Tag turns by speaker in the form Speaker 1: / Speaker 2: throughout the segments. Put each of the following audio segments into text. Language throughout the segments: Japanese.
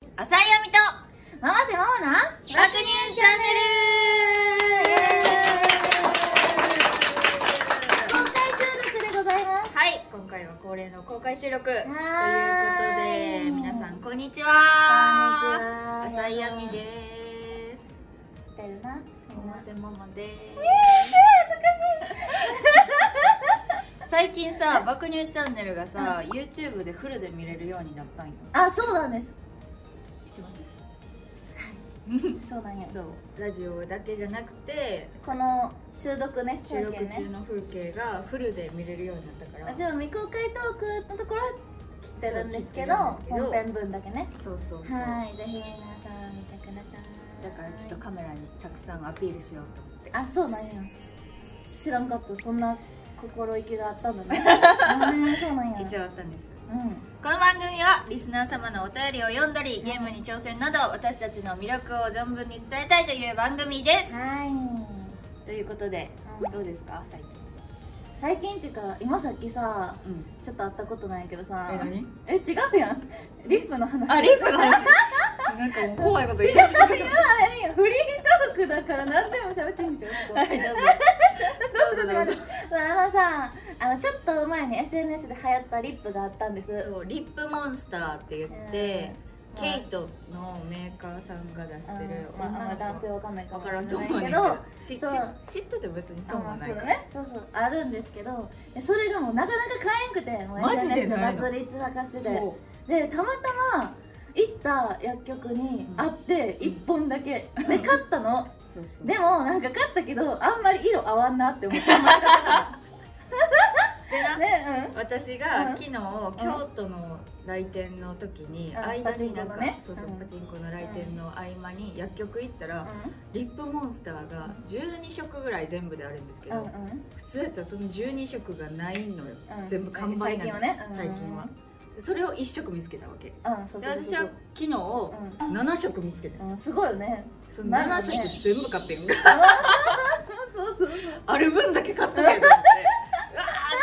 Speaker 1: 浅井亜美と
Speaker 2: ママセママな
Speaker 1: 爆乳チャンネル
Speaker 2: 公開収録でございます
Speaker 1: はい今回は恒例の公開収録ということ
Speaker 2: ーい
Speaker 1: で皆さんこんにちは
Speaker 2: は
Speaker 1: 浅井亜美
Speaker 2: す
Speaker 1: です
Speaker 2: てるな
Speaker 1: 百瀬ママです
Speaker 2: え
Speaker 1: 最近さ爆乳チャンネルがさ YouTube でフルで見れるようになったんよ
Speaker 2: ー、難しいあ、そうなんです
Speaker 1: 知ってます
Speaker 2: そうなんよ
Speaker 1: そうラジオだけじゃなくて
Speaker 2: この収録ね
Speaker 1: 収録
Speaker 2: 風景
Speaker 1: 中
Speaker 2: ね
Speaker 1: の風景がフルで見れるようになったから
Speaker 2: もちろん未公開トークのところは切ってるんですけど
Speaker 1: そう切ってるんです
Speaker 2: 本
Speaker 1: けど
Speaker 2: 編分だけね
Speaker 1: そうそうそう
Speaker 2: はい、ぜひ皆さん見てください
Speaker 1: だからちょっとカメラにたくさんアピールしようと思って
Speaker 2: あ、そうなんや知らんかった、そんな心意気があったんだねうん、そうなんや
Speaker 1: 一応終わったんです
Speaker 2: うん
Speaker 1: この番組はリスナー様のお便りを読んだりゲームに挑戦など私たちの魅力を存分に伝えたいという番組です
Speaker 2: はい
Speaker 1: ということで
Speaker 2: うん
Speaker 1: どうですか最近
Speaker 2: 最近っていうか今さっきさ
Speaker 1: うん
Speaker 2: ちょっと会ったことないけどさ
Speaker 1: え何
Speaker 2: え違うやんリップの話
Speaker 1: あリップの話なんかもう怖いこと言ってる
Speaker 2: 違うあれよフリートークだから何でも喋っていいんでしょこ こ
Speaker 1: はいどうぞどうぞどうぞ
Speaker 2: あのさあのちょっと前に SNS で流行ったリップがあったんです
Speaker 1: そうリップモンスターって言って
Speaker 2: うん
Speaker 1: ケイトのメーカーさんが出してる
Speaker 2: うんまああんま
Speaker 1: 女の
Speaker 2: 男
Speaker 1: 子
Speaker 2: 性わかんないか
Speaker 1: わ
Speaker 2: も
Speaker 1: から
Speaker 2: しれな
Speaker 1: ん
Speaker 2: いけ
Speaker 1: と
Speaker 2: ど
Speaker 1: 思うねんけ
Speaker 2: あ
Speaker 1: どしし
Speaker 2: そう
Speaker 1: 知ってて別に損
Speaker 2: ま
Speaker 1: は
Speaker 2: あ
Speaker 1: な
Speaker 2: そ
Speaker 1: いう
Speaker 2: だねそうそうあるんですけどえそれがもうなかなか買えんくてもう
Speaker 1: マジで
Speaker 2: SNS
Speaker 1: ないの
Speaker 2: バズり散らかしてて
Speaker 1: そう
Speaker 2: でたまたま行った薬局にあって
Speaker 1: うん
Speaker 2: 1本だけで 買ったの
Speaker 1: そうそう
Speaker 2: でもなんか買ったけどあんまり色合わんなって思ってあんまり買ったか
Speaker 1: でな
Speaker 2: らね
Speaker 1: 私が
Speaker 2: うん
Speaker 1: 昨日京都の来店の時に
Speaker 2: うん
Speaker 1: 間になん
Speaker 2: パチンコの
Speaker 1: か
Speaker 2: ね
Speaker 1: そうそう
Speaker 2: うん
Speaker 1: パチンコの来店の合間に薬局行った
Speaker 2: うん
Speaker 1: らリップモンスターが12色ぐらい全部であるんですけ
Speaker 2: うんうん
Speaker 1: ど普通やったらその12色がないのよ
Speaker 2: うん
Speaker 1: 全部完売な
Speaker 2: 最近は
Speaker 1: の
Speaker 2: ねうん
Speaker 1: 最近はそれを1色見つけたわけ
Speaker 2: うんそう
Speaker 1: で
Speaker 2: そう
Speaker 1: 私
Speaker 2: そ
Speaker 1: は
Speaker 2: う
Speaker 1: 昨日7色見つけた
Speaker 2: うんすごいよね
Speaker 1: その7色全部買ってんか
Speaker 2: そうそうそう
Speaker 1: ある分だけ買っとけと思って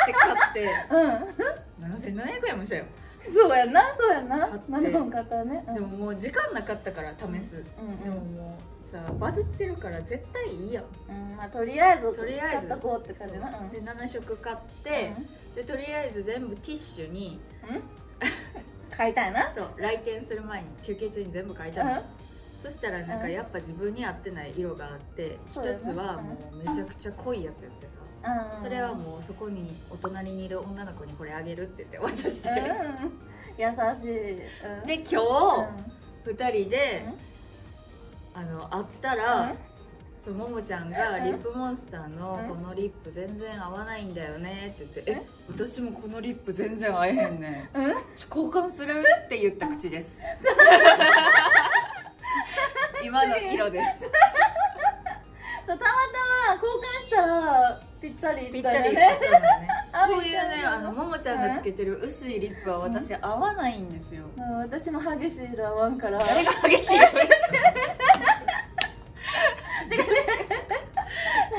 Speaker 1: うわーって買って
Speaker 2: う
Speaker 1: 7700円もしたよ
Speaker 2: んそうやんなそうやんな
Speaker 1: 買って
Speaker 2: 何本買ったらねうん
Speaker 1: でももう時間なかったから試す
Speaker 2: うん
Speaker 1: で
Speaker 2: う
Speaker 1: も
Speaker 2: ん
Speaker 1: もうさバズってるから絶対いいやん
Speaker 2: うんまあとりあえず
Speaker 1: とりあえず
Speaker 2: 買っとこうって感じな
Speaker 1: そう
Speaker 2: うん
Speaker 1: で7色買って、でとりあえず全部ティッシュに
Speaker 2: うんうん買いたいな
Speaker 1: そう来店する前に休憩中に全部書いたの、
Speaker 2: う
Speaker 1: そしたらなんか
Speaker 2: うん
Speaker 1: やっぱ自分に合ってない色があって一、
Speaker 2: そうだね
Speaker 1: つはもうめちゃくちゃ濃いやつやってさ、
Speaker 2: んうん
Speaker 1: それはもうそこにお隣にいる女の子にこれあげるって言って渡して、
Speaker 2: うん、優しい、うん、
Speaker 1: で今日、2人で、あの会ったら、そうももちゃんが
Speaker 2: うん
Speaker 1: リップモンスターの
Speaker 2: うん
Speaker 1: このリップ全然合わないんだよねって言って「え
Speaker 2: うん
Speaker 1: 私もこのリップ全然合えへんね
Speaker 2: うん、うん、
Speaker 1: ちょ交換する?」って言った口です 今の色です
Speaker 2: そうたまたま交換したらぴったり
Speaker 1: ぴ
Speaker 2: み
Speaker 1: った
Speaker 2: たい
Speaker 1: り
Speaker 2: な
Speaker 1: だ
Speaker 2: ね
Speaker 1: ったのね
Speaker 2: あ
Speaker 1: こういう
Speaker 2: ぴったり
Speaker 1: ね
Speaker 2: だ
Speaker 1: あのももちゃんがつけてる薄いリップは私合わないんですよ
Speaker 2: うん私も激しい色合わんから
Speaker 1: 誰が激しい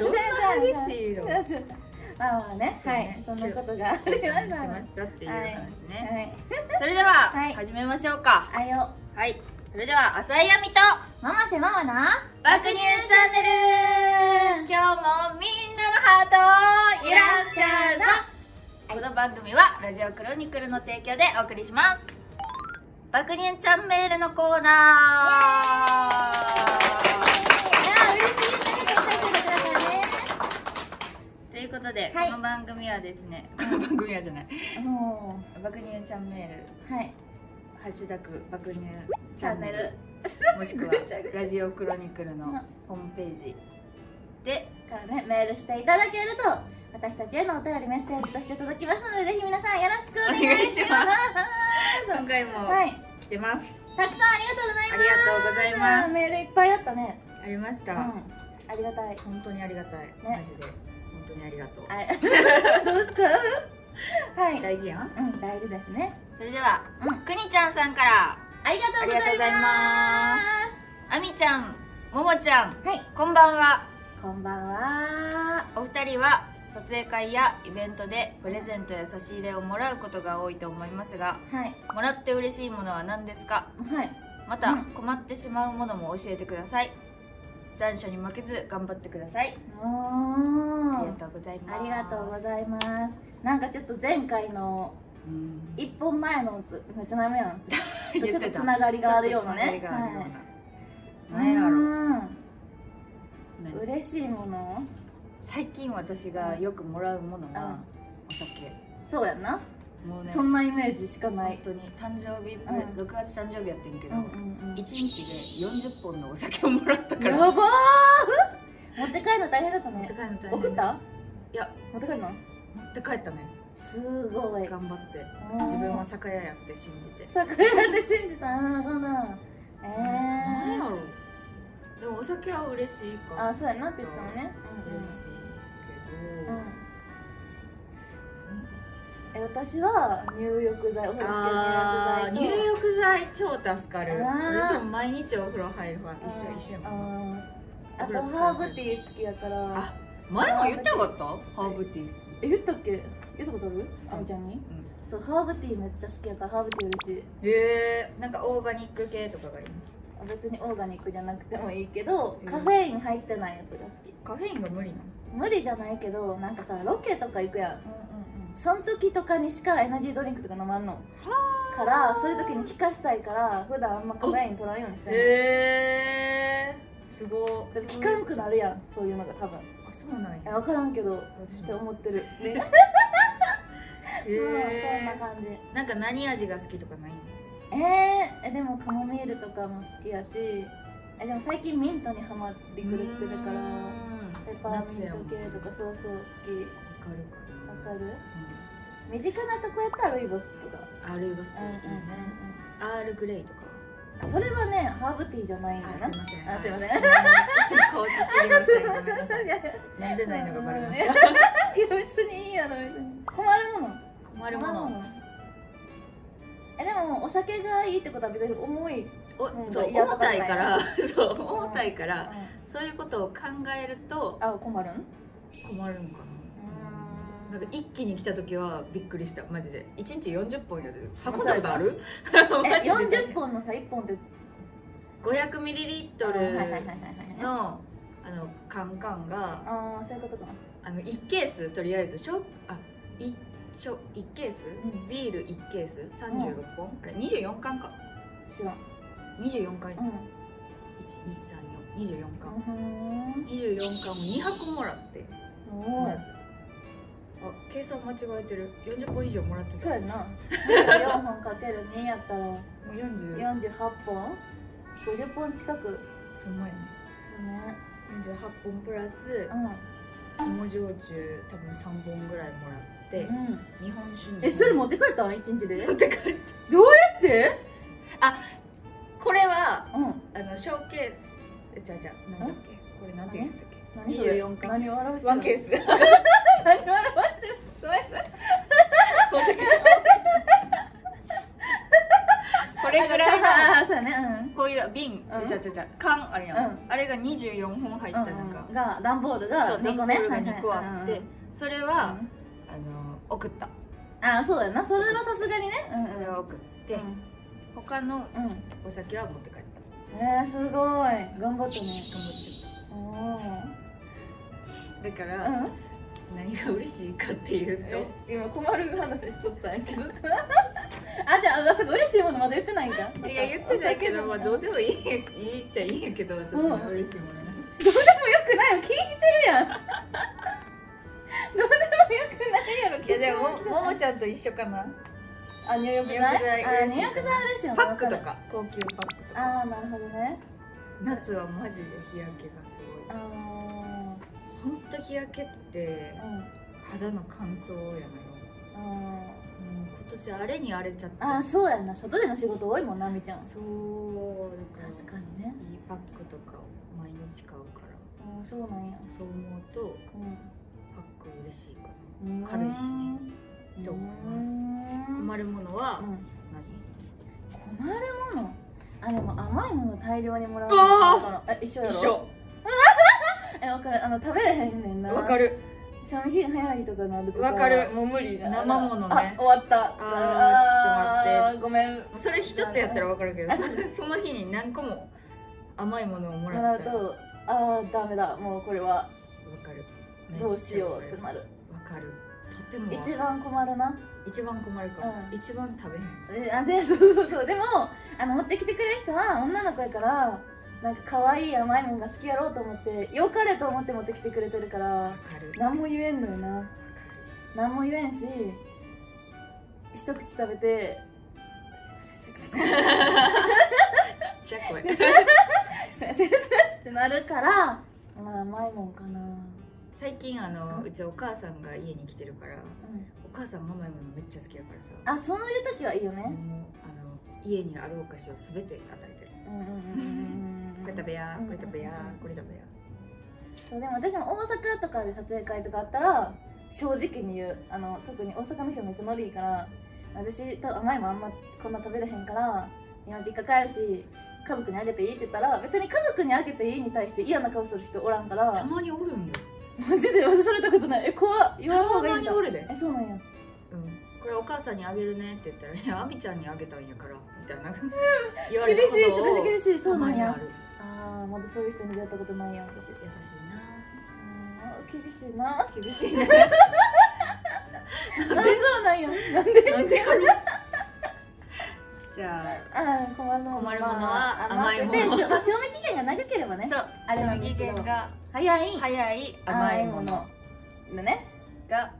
Speaker 1: どんな激しい色
Speaker 2: 違う違うまあまあね
Speaker 1: そう
Speaker 2: は
Speaker 1: ね
Speaker 2: いそんなことがあり
Speaker 1: 交
Speaker 2: まし
Speaker 1: 換
Speaker 2: た
Speaker 1: し
Speaker 2: は
Speaker 1: ましたっていう話ね、
Speaker 2: い
Speaker 1: それでは、
Speaker 2: はい
Speaker 1: 始めましょうか
Speaker 2: あよ
Speaker 1: はいそれでは浅井亜美と
Speaker 2: ママせママな
Speaker 1: 爆乳チャンネル今日もみんなのハートをいらっしゃいぞこの番組はラジオクロニクルの提供でお送りします爆乳チャンネルのコーナー
Speaker 2: いや嬉しいねこうしてくれたからね
Speaker 1: ということで、
Speaker 2: はい
Speaker 1: この番組はですねこの番組はじゃない
Speaker 2: あの
Speaker 1: 爆乳チャンネル
Speaker 2: ーはい
Speaker 1: ハッシュタグ爆乳
Speaker 2: チャンネル
Speaker 1: もしくは
Speaker 2: ぐちゃぐちゃ
Speaker 1: ラジオクロニクルのホームページで
Speaker 2: からねメールしていただけると私たちへのお便りメッセージとして届きますのでぜひ皆さんよろしくお願いします
Speaker 1: お今回も
Speaker 2: はい
Speaker 1: 来てます、
Speaker 2: たくさんありがとうございます
Speaker 1: ありがとうございます
Speaker 2: メールいっぱいあったね
Speaker 1: あります
Speaker 2: うん
Speaker 1: か、
Speaker 2: ありがたい
Speaker 1: 本当にありがたい、マジで本当にありがとう、
Speaker 2: はい どうしたはい
Speaker 1: 大事やん
Speaker 2: うん大事ですね
Speaker 1: それでは、
Speaker 2: うん
Speaker 1: くにちゃんさんから
Speaker 2: ありがとうござ
Speaker 1: ありがとうござい
Speaker 2: い
Speaker 1: ま
Speaker 2: ます
Speaker 1: あみちゃんももちゃん
Speaker 2: すはい
Speaker 1: こんばんは
Speaker 2: こんばんは
Speaker 1: お二人は撮影会やイベントでプレゼントや差し入れをもらうことが多いと思いますが
Speaker 2: はい
Speaker 1: もらって嬉しいものは何ですか
Speaker 2: はい
Speaker 1: ま
Speaker 2: う
Speaker 1: た
Speaker 2: ん
Speaker 1: 困ってしまうものも教えてください残暑に負けず頑張ってくださいありがとうございます
Speaker 2: ありがとうございますなんかちょっと前回の
Speaker 1: うん
Speaker 2: 一本前のめっちゃ悩むやん
Speaker 1: 言て
Speaker 2: ちょ
Speaker 1: た
Speaker 2: っとつながりがあるようなね
Speaker 1: ちょっとつながりがあるような何やろ
Speaker 2: う
Speaker 1: 何
Speaker 2: ん嬉しいもの
Speaker 1: 最近私がよくもらうもの
Speaker 2: うん
Speaker 1: はお酒
Speaker 2: そうやんな、
Speaker 1: もうね
Speaker 2: そんなイメージしかない
Speaker 1: 本当に誕生日、
Speaker 2: ん
Speaker 1: 6月誕生日やってんけ
Speaker 2: う
Speaker 1: ど、
Speaker 2: んうんうん
Speaker 1: 1日で40本のお酒をもらったか
Speaker 2: や
Speaker 1: ら
Speaker 2: ばー持って帰るの大変だった
Speaker 1: 持って
Speaker 2: ね
Speaker 1: 帰るの大変
Speaker 2: 送った
Speaker 1: いや
Speaker 2: 持って帰るの
Speaker 1: 持って帰ったね
Speaker 2: すごい
Speaker 1: 頑張って
Speaker 2: うん
Speaker 1: 自分は酒屋やって信じて
Speaker 2: 桜屋で信じたあーごめん
Speaker 1: 何や
Speaker 2: え
Speaker 1: ろでもお酒は嬉しい
Speaker 2: ー、
Speaker 1: か
Speaker 2: あそうやなって言ったのね
Speaker 1: 嬉しいけ
Speaker 2: う
Speaker 1: ど、
Speaker 2: ん、うんえ私は入浴剤お風呂
Speaker 1: あー
Speaker 2: つける
Speaker 1: 入
Speaker 2: 入浴剤と
Speaker 1: 浴剤超助かる
Speaker 2: あー
Speaker 1: 私も毎日お風呂入るわ一緒一緒やもんな
Speaker 2: もあ
Speaker 1: お風呂
Speaker 2: と
Speaker 1: 使う
Speaker 2: ハーブティー好きやから
Speaker 1: あ前も言ってなかったハーブティー好き
Speaker 2: え言ったっけ言ったことあるあみちゃんに、そうハーブティーめっちゃ好きやからハーブティー嬉しい
Speaker 1: へえー、なんかオーガニック系とかがいい
Speaker 2: あ別にオーガニックじゃなくてもいいけど、
Speaker 1: うん
Speaker 2: カフェイン入ってないやつが好
Speaker 1: カ
Speaker 2: き
Speaker 1: フェインが無理なの
Speaker 2: 無理じゃないけどなんかさロケとか行くやん
Speaker 1: うんうん
Speaker 2: その時とかにしかエナジードリンクとか飲まんのからそういう時に効かしたいから普段あんまカフェイン取らんようにしてる
Speaker 1: へえー、すご
Speaker 2: だから効かんくなるやんそういうのが多分
Speaker 1: あそうなん
Speaker 2: え
Speaker 1: や
Speaker 2: 分からんけどっ
Speaker 1: 私
Speaker 2: て
Speaker 1: も
Speaker 2: 思ってるね
Speaker 1: へ
Speaker 2: うんそん
Speaker 1: え
Speaker 2: な感じ
Speaker 1: ー、なんか何味が好きとかないの
Speaker 2: えー、えでもカモミールとかも好きやしえでも最近ミントにハマってくれてるからペパーミ
Speaker 1: 夏やも
Speaker 2: ン
Speaker 1: ん
Speaker 2: ト系とかそうそう好
Speaker 1: わかるか
Speaker 2: き
Speaker 1: な
Speaker 2: わかる身近なとこやったらルイボスとか
Speaker 1: うんアールイボスティーいいねアールグレイとか
Speaker 2: それはねハーブティーじゃないんだ
Speaker 1: あ
Speaker 2: な
Speaker 1: すいません
Speaker 2: あすいません
Speaker 1: はいコーチ知りませんごめんなさい飲んでないのがバレま した
Speaker 2: いや別にいいやろ別に困るもの
Speaker 1: 困るもの
Speaker 2: えでもお酒がいいってことは別に重い、
Speaker 1: お
Speaker 2: うん
Speaker 1: そう
Speaker 2: 嫌と
Speaker 1: 重
Speaker 2: か
Speaker 1: た
Speaker 2: じ
Speaker 1: い
Speaker 2: ゃ
Speaker 1: か
Speaker 2: な
Speaker 1: ら そう重たいからそういうことを考えると
Speaker 2: あ困るん
Speaker 1: 困るのかななんか一気に来た時はびっくりしたマジで1日40本やで運んだことあるマ
Speaker 2: え
Speaker 1: ジで
Speaker 2: 40本のさ1本って
Speaker 1: 500ミリリット
Speaker 2: はいはいはいはい
Speaker 1: ル
Speaker 2: はい
Speaker 1: のあのカンカンが
Speaker 2: ああそういうことかな
Speaker 1: あの1ケースとりあえずしょあいしょ1ケース、
Speaker 2: うん
Speaker 1: ビール1ケース36本、あれ24缶か
Speaker 2: 知らん
Speaker 1: 24缶、
Speaker 2: うん
Speaker 1: 123424缶、24缶を2箱もらって
Speaker 2: うん
Speaker 1: ま
Speaker 2: お
Speaker 1: ずあ計算間違えてる40本以上もらって
Speaker 2: ー
Speaker 1: た
Speaker 2: そう やな4本かける2やったら
Speaker 1: もう40
Speaker 2: 48本50本近くそう
Speaker 1: その前ね
Speaker 2: ね
Speaker 1: 48本プラス芋焼酎多分3本ぐらいもらって、
Speaker 2: うん、うん、
Speaker 1: 日本酒に
Speaker 2: えそれ 持って帰ったん1日で
Speaker 1: 持って帰って
Speaker 2: って
Speaker 1: これは
Speaker 2: うん
Speaker 1: あのショーケースえじゃあじゃあなんだっけこれなんて言うんだっけ
Speaker 2: 何
Speaker 1: 二
Speaker 2: それ
Speaker 1: 十四巻
Speaker 2: 何を表してる
Speaker 1: ワンケース
Speaker 2: 何を表してるごめん
Speaker 1: これぐらいの
Speaker 2: ああそうやねうん
Speaker 1: こういう瓶
Speaker 2: うん
Speaker 1: じゃあじゃあじゃあ缶あれやん、
Speaker 2: うん
Speaker 1: あれが二十四本入ったなんか、
Speaker 2: うんが段ボールが
Speaker 1: そう
Speaker 2: 2個
Speaker 1: ね
Speaker 2: ね
Speaker 1: が二個あって、それは、
Speaker 2: うん
Speaker 1: あの送った
Speaker 2: ああそうやなそれはさすがにねうん
Speaker 1: それは送って、
Speaker 2: う
Speaker 1: 他の
Speaker 2: んうん
Speaker 1: お酒は持って帰った
Speaker 2: えー、すごい頑張ったね
Speaker 1: 頑
Speaker 2: おお
Speaker 1: 張ってただから、
Speaker 2: うん
Speaker 1: 何が嬉しいかっていうと
Speaker 2: え今困る話しとったんやけどさ あじゃああそこ嬉しいものまだ言ってないんか
Speaker 1: いや言ってたけど、まあ、どう
Speaker 2: で
Speaker 1: でもいいいいっちゃいいんやけど私
Speaker 2: うん
Speaker 1: の嬉しいものね、
Speaker 2: もよくないよ聞いてるやん どうでもよくないやろ聞い
Speaker 1: い
Speaker 2: て
Speaker 1: や
Speaker 2: る
Speaker 1: でもももちゃんと一緒かな
Speaker 2: あ入浴剤あ入浴剤嬉しいよね
Speaker 1: パックとか高級パックとか
Speaker 2: ああなるほどね
Speaker 1: 夏はマジで日焼けがすご
Speaker 2: あ
Speaker 1: いほんと日焼けって
Speaker 2: ーうん
Speaker 1: 肌の乾燥やのよ
Speaker 2: あ
Speaker 1: もう今年あれに荒れちゃっ
Speaker 2: ーあ
Speaker 1: た
Speaker 2: ーそうやんな外での仕事多いもんなみちゃん
Speaker 1: そうだから
Speaker 2: 確かにね
Speaker 1: いいバッグとかを毎日買うから
Speaker 2: うんそうなんや
Speaker 1: そう思うと
Speaker 2: う
Speaker 1: パック嬉しいかなん軽いしねって思います
Speaker 2: す
Speaker 1: 困るものは
Speaker 2: うん
Speaker 1: 何
Speaker 2: 困るものあでも甘いもの大量にもらう
Speaker 1: うわ
Speaker 2: からえ一緒やろ
Speaker 1: 一緒
Speaker 2: えわかるあの食べれへんねんな
Speaker 1: わか
Speaker 2: る
Speaker 1: る
Speaker 2: 賞味期限早いとかなると
Speaker 1: わかる
Speaker 2: もう無理だ
Speaker 1: 生ものね
Speaker 2: あ終わった
Speaker 1: あーちょっと待って
Speaker 2: てごめん
Speaker 1: それ一つやったらわかるけどそ その日に何個も甘いものをも
Speaker 2: も
Speaker 1: ら
Speaker 2: ら
Speaker 1: っ
Speaker 2: う
Speaker 1: たらわ
Speaker 2: とあーダメだもうこれは
Speaker 1: かる
Speaker 2: どうしようって
Speaker 1: わ
Speaker 2: なる
Speaker 1: かるとてもわかる
Speaker 2: 一番困るな
Speaker 1: 一番困るかも、
Speaker 2: う
Speaker 1: 一番食べへん
Speaker 2: えあでそうそうそうでもあの持ってきてくれる人は女の子やからなんか可愛い甘いもんが好きやろうと思って良かれと思って持ってきてくれてるか
Speaker 1: わ
Speaker 2: ら
Speaker 1: かる
Speaker 2: 何も言えんのよな
Speaker 1: わかる
Speaker 2: 何も言えんし一口食べてすいませんすい
Speaker 1: ち
Speaker 2: ません
Speaker 1: っちゃ い声
Speaker 2: すいませんすいませんってなるからまあ甘いもんかな、
Speaker 1: 最近あの
Speaker 2: うん
Speaker 1: うちお母さんが家に来てるからお母さん甘いものめっちゃ好きやからさ
Speaker 2: あそういう時はいいよね
Speaker 1: もうあの家にあるお菓子を全て与えてる
Speaker 2: うんうんうんうん
Speaker 1: これ食べや
Speaker 2: うん
Speaker 1: これ食べやこれ食べや
Speaker 2: そうでも私も大阪とかで撮影会とかあったら正直に言うあの特に大阪の人めっちゃノリいいから私と甘いもんあんまこんな食べれへんから今実家帰るし家族にあげていいって言ったら別に家族にあげていいに対して嫌な顔する人おらんか
Speaker 1: た
Speaker 2: ら
Speaker 1: まにおるんよ
Speaker 2: マジで私されたことないえ怖っ言わん
Speaker 1: た
Speaker 2: 方がい
Speaker 1: ま
Speaker 2: いん
Speaker 1: に
Speaker 2: だ
Speaker 1: おるで
Speaker 2: えそうなんや
Speaker 1: うんこれお母さんにあげるねって言ったら「いやあみちゃんにあげたんやから」みたい な言わ
Speaker 2: 厳
Speaker 1: れ
Speaker 2: し
Speaker 1: る
Speaker 2: い
Speaker 1: こと
Speaker 2: ちょっとだ
Speaker 1: を
Speaker 2: け厳しいそう
Speaker 1: た
Speaker 2: な
Speaker 1: ま
Speaker 2: ん
Speaker 1: にあ
Speaker 2: や
Speaker 1: る
Speaker 2: あーまだそういう人に出会ったことないやん私う
Speaker 1: 優しいなん
Speaker 2: あー厳しいな
Speaker 1: 厳しいな
Speaker 2: あそうなんやなんで
Speaker 1: なんでやろじゃあ
Speaker 2: あー困るもの
Speaker 1: 困るものは甘いもの
Speaker 2: でしょまあ賞味期限が長ければね
Speaker 1: そう
Speaker 2: あれ
Speaker 1: 賞
Speaker 2: なん
Speaker 1: 味
Speaker 2: です
Speaker 1: 期
Speaker 2: けど
Speaker 1: 限が
Speaker 2: 早い
Speaker 1: 早い甘いもの
Speaker 2: のね
Speaker 1: が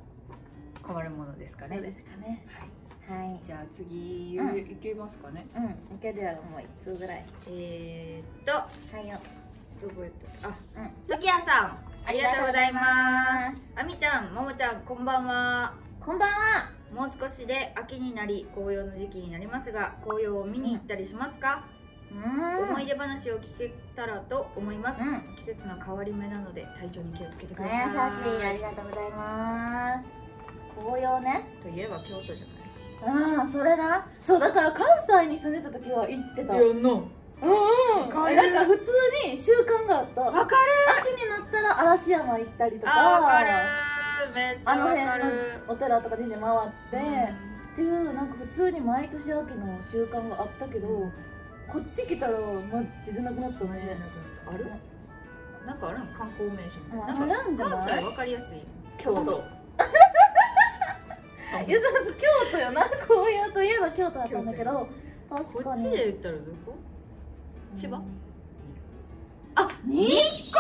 Speaker 1: 困るものですか
Speaker 2: そ
Speaker 1: ね
Speaker 2: うですかね
Speaker 1: はい
Speaker 2: はい
Speaker 1: じゃあ次ゆ、
Speaker 2: うん
Speaker 1: いけますかね
Speaker 2: うんいけるやろもう1通ぐらい
Speaker 1: えー、っと
Speaker 2: はいよ
Speaker 1: どこやったっけあ、
Speaker 2: うん
Speaker 1: 時矢さんありがとうございますあみちゃんももちゃんこんばんは
Speaker 2: こんばんは
Speaker 1: もう少しで秋になり紅葉の時期になりますが紅葉を見に行ったりしますか、
Speaker 2: うーん
Speaker 1: 思い出話を聞けたらと思います、
Speaker 2: うん
Speaker 1: 季節の変わり目なので体調に気をつけてく
Speaker 2: ね
Speaker 1: ださい、
Speaker 2: 優しいありがとうございます紅葉ね
Speaker 1: といえば京都じ
Speaker 2: ああそれなそうだから関西に住んでた時は行って
Speaker 1: ゃ
Speaker 2: た
Speaker 1: な
Speaker 2: う
Speaker 1: い
Speaker 2: んうん
Speaker 1: やの帰る
Speaker 2: なんか普通に習慣があった
Speaker 1: わか
Speaker 2: 秋になったら嵐山行ったり
Speaker 1: る
Speaker 2: とか
Speaker 1: あわかるめっちゃ
Speaker 2: あの
Speaker 1: わ
Speaker 2: 辺
Speaker 1: かる
Speaker 2: のお寺とか神社回って、
Speaker 1: うん
Speaker 2: っていうなんか普通に毎年秋の習慣があったけど、
Speaker 1: うん
Speaker 2: こっち来たらマジでなくなった
Speaker 1: マジでな
Speaker 2: ね
Speaker 1: くなったあるなんかあるん観光名所みたいなな
Speaker 2: あ
Speaker 1: ん
Speaker 2: あるんじゃ
Speaker 1: か
Speaker 2: ない
Speaker 1: 関西わかりやすい
Speaker 2: 京都 いやそうそう京都よな 紅葉といえば京都だったんだけど確
Speaker 1: こ
Speaker 2: か
Speaker 1: っ
Speaker 2: に
Speaker 1: ちで言ったらどこ千葉あ
Speaker 2: 日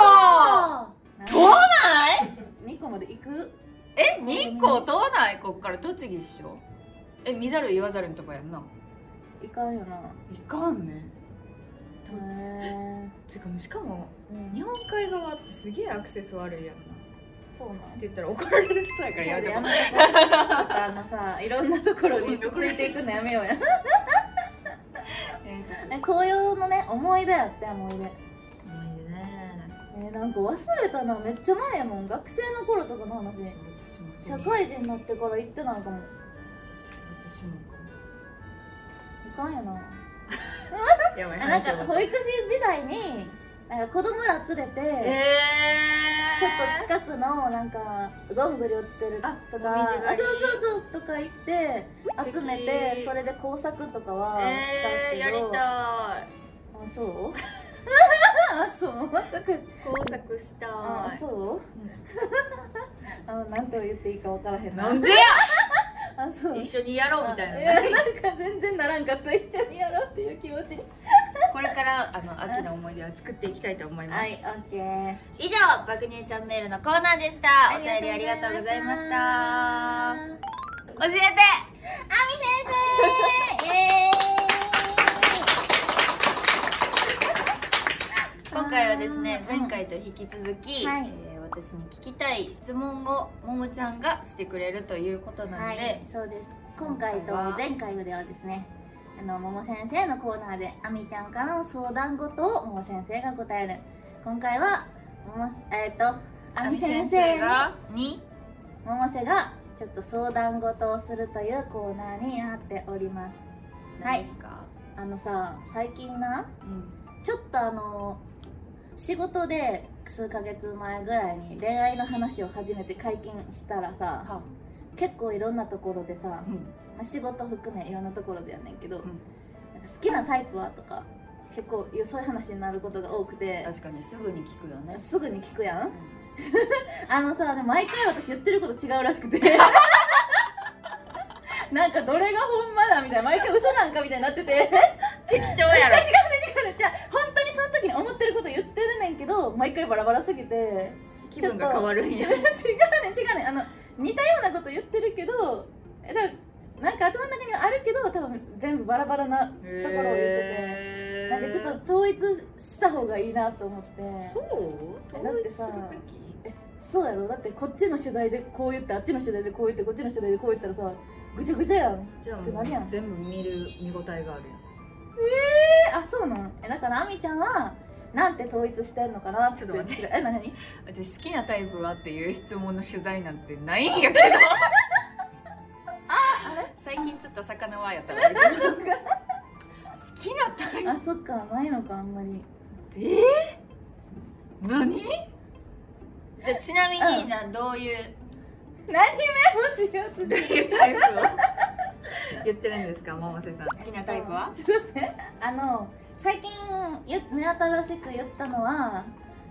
Speaker 1: 遠ない
Speaker 2: 日光まで行く
Speaker 1: え日光遠ないこっから栃木っしょえ見ざる言わざるんとこやんな
Speaker 2: 行かんよない
Speaker 1: かんねどっち
Speaker 2: へ
Speaker 1: てかもうしかも
Speaker 2: え、うん
Speaker 1: 日本海側ってすげえアクセス悪いやんなっ
Speaker 2: そうなん
Speaker 1: て言ったら怒られる人やから
Speaker 2: そう
Speaker 1: や
Speaker 2: で
Speaker 1: だ
Speaker 2: や
Speaker 1: な
Speaker 2: めとこうちょっとあのさいろんなところについていくのやめようや
Speaker 1: えー
Speaker 2: え紅葉のね思い出やって思い出
Speaker 1: 思い出ね
Speaker 2: えーなんか忘れたなめっちゃ前やもん学生の頃とかの話
Speaker 1: 私もそ
Speaker 2: 社
Speaker 1: う
Speaker 2: 会人になってから行ってないかも
Speaker 1: 私もか
Speaker 2: いかんよな
Speaker 1: やばい
Speaker 2: あな
Speaker 1: 話
Speaker 2: ん
Speaker 1: 終
Speaker 2: か
Speaker 1: わった
Speaker 2: 保育士時代になんか子供ら連れて、
Speaker 1: えー、
Speaker 2: ちょっと近くのなんかどんぐり落ちてる
Speaker 1: あ
Speaker 2: と
Speaker 1: 紅
Speaker 2: か
Speaker 1: 葉
Speaker 2: あ
Speaker 1: 狩り
Speaker 2: そうそうそうとか行って
Speaker 1: 素敵
Speaker 2: 集めてそれで工作とかはした
Speaker 1: えー、
Speaker 2: け
Speaker 1: やり
Speaker 2: ど、
Speaker 1: た
Speaker 2: あそう あそう全く
Speaker 1: い工作したい
Speaker 2: あそうあのなんて言っていいか分からへんな
Speaker 1: なんでや
Speaker 2: あそう
Speaker 1: 一緒にやろうみたい
Speaker 2: や
Speaker 1: な
Speaker 2: なんか全然ならんかった一緒にやろうっていう気持ちに
Speaker 1: これからあの秋の思い出を作っていきたいと思います、
Speaker 2: はいオッケー
Speaker 1: 以上爆乳ちゃんメールのコーナーでしたお便りありがとうございました教えて
Speaker 2: 亜美先生イ エ
Speaker 1: 今回はですね
Speaker 2: うん
Speaker 1: 前回と引き続き、
Speaker 2: はい
Speaker 1: えー私に聞きたい質問をももちゃんがしてくれるということ
Speaker 2: ーイ
Speaker 1: な
Speaker 2: は
Speaker 1: ので、
Speaker 2: いそうです今回と前回ではですねあの桃先生のコーナーで亜美ちゃんからの相談事を桃先生が答える今回は桃えっ、と亜美先生に
Speaker 1: がに
Speaker 2: 桃瀬がちょっと相談事をするというコーナーになっております
Speaker 1: 何ですか、
Speaker 2: あのさ最近な
Speaker 1: うん
Speaker 2: ちょっとあの仕事で数ヶ月前ぐらいに恋愛の話を初めて解禁したらさ
Speaker 1: は
Speaker 2: 結構いろんなところでさ、
Speaker 1: あ
Speaker 2: まあ、仕事含めいろんなところでやねんけど、
Speaker 1: ん
Speaker 2: なんか好きなタイプはとか結構そういう話になることが多くて
Speaker 1: 確かにすぐに聞くよね
Speaker 2: すぐに聞くやん
Speaker 1: う
Speaker 2: あのさでも毎回私言ってること違うら しくてなんかどれがほんまだみたいな毎回嘘なんかみたいになってて
Speaker 1: ん適当 やろ
Speaker 2: 違うね違うねじゃ本当にその時に思ってること言ってるねんけど毎回バラバラすぎて
Speaker 1: 気分が変わるん
Speaker 2: 違
Speaker 1: や
Speaker 2: うね違うねあの似たようなこと言ってるけどえだなんか頭の中にはあるけど多分全部バラバラな
Speaker 1: とこ
Speaker 2: ところを言っててなんかちょっと統一した方がいいなと思って
Speaker 1: そう
Speaker 2: えだ
Speaker 1: 統
Speaker 2: っ
Speaker 1: 一
Speaker 2: て
Speaker 1: する
Speaker 2: さ
Speaker 1: べき
Speaker 2: そうやろだってこっちの取材でこう言ってあっちの取材でこう言ってこっちの取材でこう言ったらさぐちゃぐちゃやん
Speaker 1: じゃあ
Speaker 2: って
Speaker 1: も
Speaker 2: なるや
Speaker 1: うん全部見る見応えがあるやん
Speaker 2: えあそうなんえだからあみちゃんはなんて統一してんのかなっ
Speaker 1: ち
Speaker 2: て
Speaker 1: ょっと待
Speaker 2: ってえ何
Speaker 1: 私好きなタイプはっていう質問の取材なんてないんや けど最近釣った魚はやったらいいけど好きなタイプ
Speaker 2: 何あそっかないのかあんまり
Speaker 1: えー、何じゃあちなみに
Speaker 2: うん
Speaker 1: な、どういう
Speaker 2: 何目もしよう
Speaker 1: どういうタイ プを言ってるんですか百瀬さん好きなタイプは
Speaker 2: ちょっと待ってあの最近ゆ目新しく言ったのは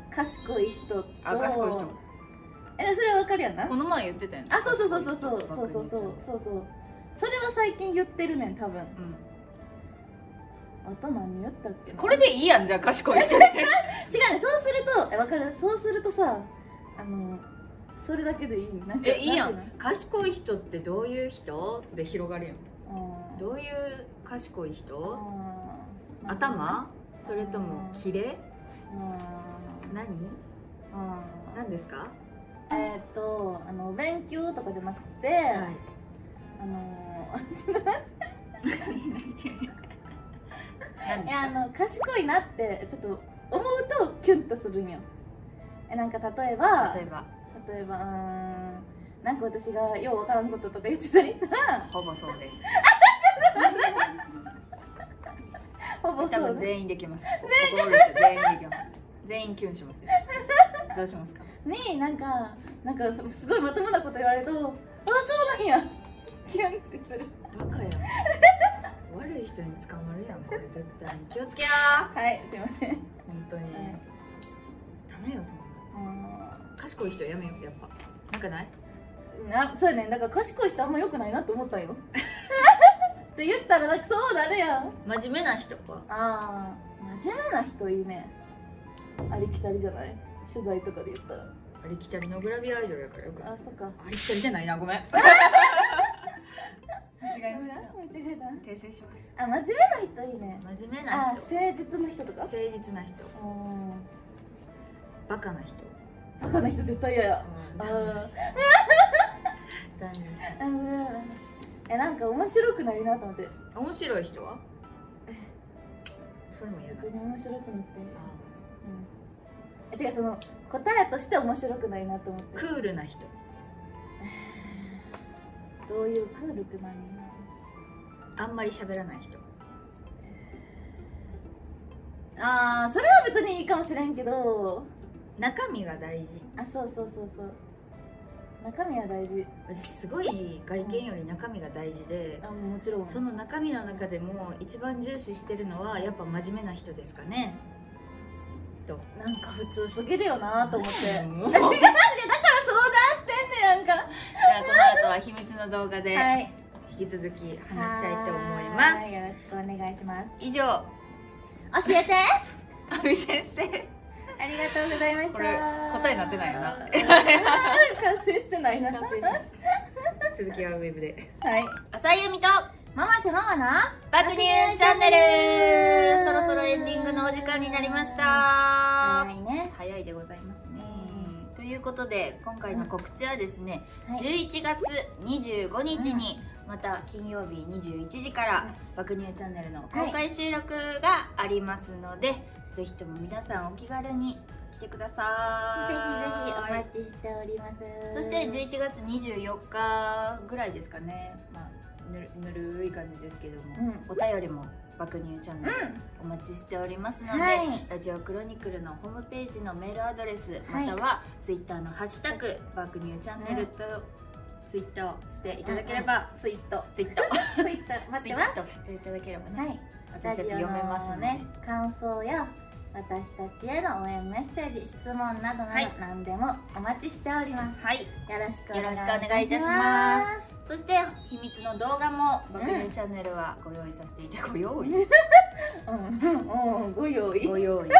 Speaker 2: 賢い人と
Speaker 1: あ賢い人
Speaker 2: えそれはわかるやんな
Speaker 1: この前言ってたよね
Speaker 2: あそうそうそうそうそうそ
Speaker 1: 賢
Speaker 2: う
Speaker 1: い人
Speaker 2: そうそうそうそうそれは最近言ってるねん多分
Speaker 1: う
Speaker 2: あと何言ったっけ
Speaker 1: ん
Speaker 2: な
Speaker 1: これでいいやんじゃあ賢い人って
Speaker 2: 違うねそうするとえわかるそうするとさあのそれだけでいいなんか
Speaker 1: えいいや
Speaker 2: なん
Speaker 1: ん賢い人ってどういう人で広がるやん
Speaker 2: ていうのうん
Speaker 1: どういう賢い人
Speaker 2: うん
Speaker 1: 頭それともキレ
Speaker 2: うん
Speaker 1: 何
Speaker 2: うん
Speaker 1: 何ですか
Speaker 2: えーっとあの勉強とかじゃなくて、
Speaker 1: はい
Speaker 2: あの
Speaker 1: 何です
Speaker 2: いやあ
Speaker 1: か
Speaker 2: の賢いなってちょっと思うとキュンとするんよえなんか例えば
Speaker 1: 例えば
Speaker 2: 例えばうーんなんか私がようわからんこととか言ってたりしたら
Speaker 1: ほぼそうです
Speaker 2: ほぼ
Speaker 1: 多
Speaker 2: そう
Speaker 1: 分
Speaker 2: ね
Speaker 1: 全員できます心ですよ全員できます全員キュンしますよどうしますか
Speaker 2: になんかなんかすごいまともなこと言われるとあそうなんや キュンってする
Speaker 1: バカやん悪い人に捕まるやんこれ絶対に気をつけや
Speaker 2: はいすいません
Speaker 1: 本当に
Speaker 2: ん
Speaker 1: ダメよそんな賢い人やめようやっぱなんかない
Speaker 2: なそうやねだから賢い人あんま良くないなって思ったん よって言ったらなんかそうなるやん
Speaker 1: 真面目な人は
Speaker 2: あー真面目な人いいねありきたりじゃない取材とかで言ったら
Speaker 1: ありきたりのグラビアアイドルやからよくない
Speaker 2: あそっか
Speaker 1: ありきたりじゃないなごめ ん間違えました
Speaker 2: 間違えた
Speaker 1: 訂正します
Speaker 2: あ真面目な人いいね
Speaker 1: 真面目
Speaker 2: あ
Speaker 1: な人
Speaker 2: 誠実な人とか
Speaker 1: 誠実な人
Speaker 2: うん
Speaker 1: バカな人
Speaker 2: バカな人絶対嫌や
Speaker 1: うん
Speaker 2: あ
Speaker 1: ダメ
Speaker 2: ー
Speaker 1: ダメです
Speaker 2: あそうえなんか面白くないなと思って
Speaker 1: 面白い人はそれも嫌だ
Speaker 2: 別に面白くなくていいよ
Speaker 1: あ
Speaker 2: うんえ違うその答えとして面白くないなと思っ
Speaker 1: ー
Speaker 2: て
Speaker 1: クールな人
Speaker 2: どういうクールって何
Speaker 1: あんまり喋らない人
Speaker 2: あーそれは別にいいかもしれんけど
Speaker 1: 中身が大事
Speaker 2: あそうそうそうそう中身は大事
Speaker 1: 私すごい外見より中身が大事で
Speaker 2: あもちろん
Speaker 1: その中身の中でも一番重視してるのはやっぱ真面目な人ですかね
Speaker 2: なんか普通すぎるよなと思って
Speaker 1: う
Speaker 2: 違うん
Speaker 1: もう じ
Speaker 2: だ
Speaker 1: ゃあ
Speaker 2: か
Speaker 1: こ
Speaker 2: ら 相談してんねやんか
Speaker 1: の後は秘密の動画で
Speaker 2: い
Speaker 1: 引き続き話したいと思いま
Speaker 2: は
Speaker 1: す
Speaker 2: ーよろしくお願いします
Speaker 1: 以上
Speaker 2: 教えて
Speaker 1: 阿部先生
Speaker 2: ありがとうございました
Speaker 1: これ答えになってないよな
Speaker 2: 完成してないなは
Speaker 1: 続きはウェブで
Speaker 2: い
Speaker 1: 浅井由美と
Speaker 2: ママせママな
Speaker 1: 爆乳チャンネルそろそろエンディングのお時間になりました、
Speaker 2: はいね
Speaker 1: 早いでございますねということで今回の告知はですね、
Speaker 2: はい
Speaker 1: 11月25日に、また金曜日21時から「爆乳チャンネル」の公開収録がありますので、ぜひとも皆さんお気軽に来てくだ
Speaker 2: ぜ
Speaker 1: さい
Speaker 2: ひぜひお待ちしております
Speaker 1: そして11月24日ぐらいですかね、まあ、ぬるぬるい感じですけども、
Speaker 2: うん
Speaker 1: お便りも爆乳チャンネル
Speaker 2: う
Speaker 1: お待ちしておりますので、
Speaker 2: はい
Speaker 1: ラジオクロニクルのホームページのメールアドレス、
Speaker 2: はい
Speaker 1: またはツイッターのハッシュタグ爆乳チャンネルとツイッターをしていただければ、
Speaker 2: んツイート
Speaker 1: ツイッター
Speaker 2: ツイット 待
Speaker 1: ツイ
Speaker 2: って
Speaker 1: ッ
Speaker 2: ます
Speaker 1: ターをしていただければね、
Speaker 2: はい
Speaker 1: 私たち読めますので
Speaker 2: ね感想や私たちへの応援メッセージ質問などなど、
Speaker 1: はい
Speaker 2: 何でもお待ちしております
Speaker 1: はい
Speaker 2: よろしく
Speaker 1: よろしくお願いいたしますそして秘密の動画も爆
Speaker 2: う
Speaker 1: 乳
Speaker 2: ん
Speaker 1: チャンネルはご用意させていただご用意
Speaker 2: うん、うん、ご用意
Speaker 1: ご用意さ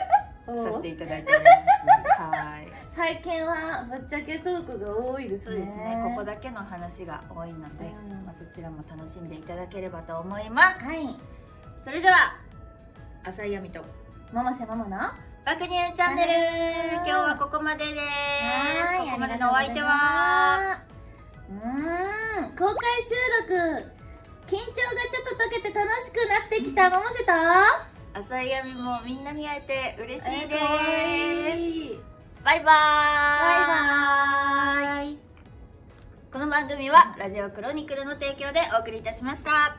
Speaker 1: せていただいておりますはい
Speaker 2: 最近はぶっちゃけトークが多いです
Speaker 1: そ
Speaker 2: ね
Speaker 1: うですねここだけの話が多いので、
Speaker 2: うん
Speaker 1: まあ、そちらも楽しんでいただければと思います
Speaker 2: はい
Speaker 1: それでは浅井亜美と
Speaker 2: ママせママの
Speaker 1: 爆乳チャンネル今日はここまでです
Speaker 2: はーい
Speaker 1: ここまでのお相手は
Speaker 2: ありがとうございますうーん公開収録緊張がちょっと解けて楽しくなってきたママせと
Speaker 1: 浅井亜美もみんなに会えて嬉しいです、
Speaker 2: す
Speaker 1: バイバーイ
Speaker 2: バイバイ
Speaker 1: この番組はラジオクロニクルの提供でお送りいたしました